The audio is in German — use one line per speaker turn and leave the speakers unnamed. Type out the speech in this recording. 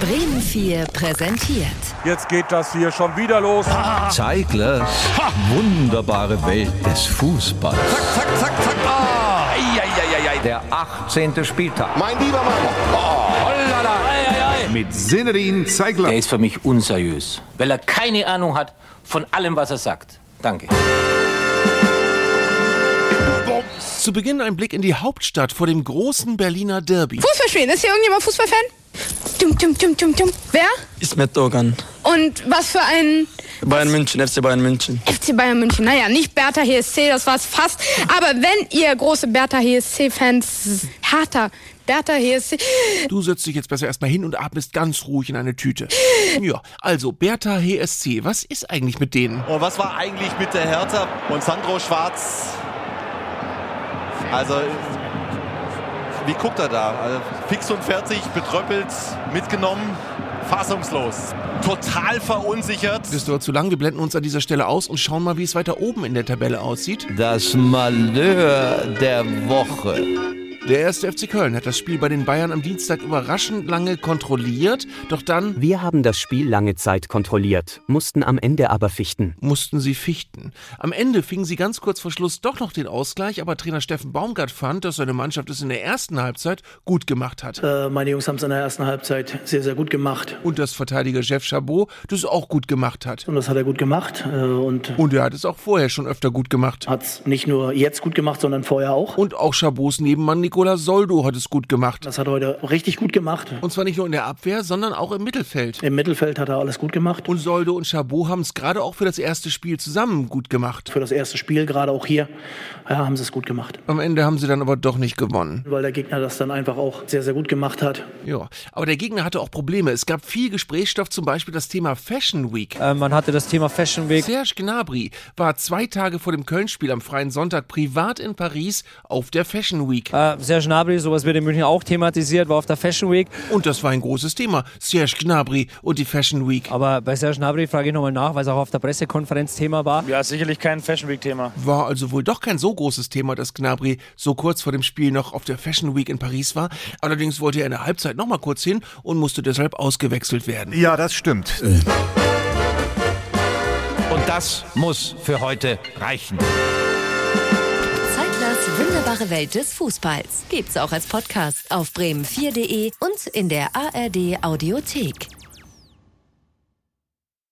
Bremen 4 präsentiert.
Jetzt geht das hier schon wieder los.
Zeiglers wunderbare Welt des Fußballs.
Zack, zack, zack. Ah. Ei, ei, ei, ei, ei.
Der 18. Spieltag.
Mein lieber Mann,
mit Severin Zeigler.
Er ist für mich unseriös, weil er keine Ahnung hat von allem, was er sagt. Danke.
Zu Beginn ein Blick in die Hauptstadt vor dem großen Berliner Derby.
Fußball spielen. Ist hier irgendjemand Fußballfan? Dum, dum, dum, dum, dum. Wer?
Ismet Dogan.
Und was für ein
Bayern München, FC Bayern München.
FC Bayern München? Naja, nicht Bertha HSC, das war's fast. Aber wenn ihr große Bertha HSC-Fans, Hertha, Bertha HSC,
Du setzt dich jetzt besser erstmal hin und atmest ganz ruhig in eine Tüte. Ja, also Bertha HSC, was ist eigentlich mit denen?
Und Oh, was war eigentlich mit der Hertha und Sandro Schwarz? Also, wie guckt er da? Also, fix und fertig, betröppelt, mitgenommen, fassungslos, total verunsichert.
Das dauert zu lang, wir blenden uns an dieser Stelle aus und schauen mal, wie es weiter oben in der Tabelle aussieht.
Das Malheur der Woche.
Der erste FC Köln hat das Spiel bei den Bayern am Dienstag überraschend lange kontrolliert, doch dann
Wir haben das Spiel lange Zeit kontrolliert, mussten am Ende aber fichten.
mussten sie fichten. Am Ende fingen sie ganz kurz vor Schluss doch noch den Ausgleich, aber Trainer Steffen Baumgart fand, dass seine Mannschaft es in der ersten Halbzeit gut gemacht hat.
Äh, Meine Jungs haben es in der ersten Halbzeit sehr, sehr gut gemacht.
Und dass Verteidiger Jeff Chabot das auch gut gemacht hat.
Und das hat er gut gemacht äh, und
Und er hat es auch vorher schon öfter gut gemacht.
hat es nicht nur jetzt gut gemacht, sondern vorher auch.
Und auch Chabots Nebenmann Nicolas Soldo hat es gut gemacht.
Das hat er heute richtig gut gemacht.
Und zwar nicht nur in der Abwehr, sondern auch im Mittelfeld.
Im Mittelfeld hat er alles gut gemacht.
Und Soldo und Chabot haben es gerade auch für das erste Spiel zusammen gut gemacht.
Für das erste Spiel, gerade auch hier, ja, haben sie es gut gemacht.
Am Ende haben sie dann aber doch nicht gewonnen.
Weil der Gegner das dann einfach auch sehr, sehr gut gemacht hat.
Ja, aber der Gegner hatte auch Probleme. Es gab viel Gesprächsstoff, zum Beispiel das Thema Fashion Week.
Äh, man hatte das Thema Fashion Week.
Serge Gnabry war zwei Tage vor dem Köln-Spiel am freien Sonntag privat in Paris auf der Fashion Week.
Äh, Serge Gnabry, sowas wird in München auch thematisiert, war auf der Fashion Week.
Und das war ein großes Thema. Serge Gnabry und die Fashion Week.
Aber bei Serge Gnabry frage ich nochmal nach, weil es auch auf der Pressekonferenz Thema war.
Ja, sicherlich kein Fashion Week-Thema.
War also wohl doch kein so großes Thema, dass Gnabry so kurz vor dem Spiel noch auf der Fashion Week in Paris war. Allerdings wollte er in der Halbzeit nochmal kurz hin und musste deshalb ausgewechselt werden.
Ja, das stimmt.
Und das muss für heute reichen.
Zeiglers wunderbare Welt des Fußballs. Gibt's auch als Podcast auf bremen4.de und in der ARD Audiothek.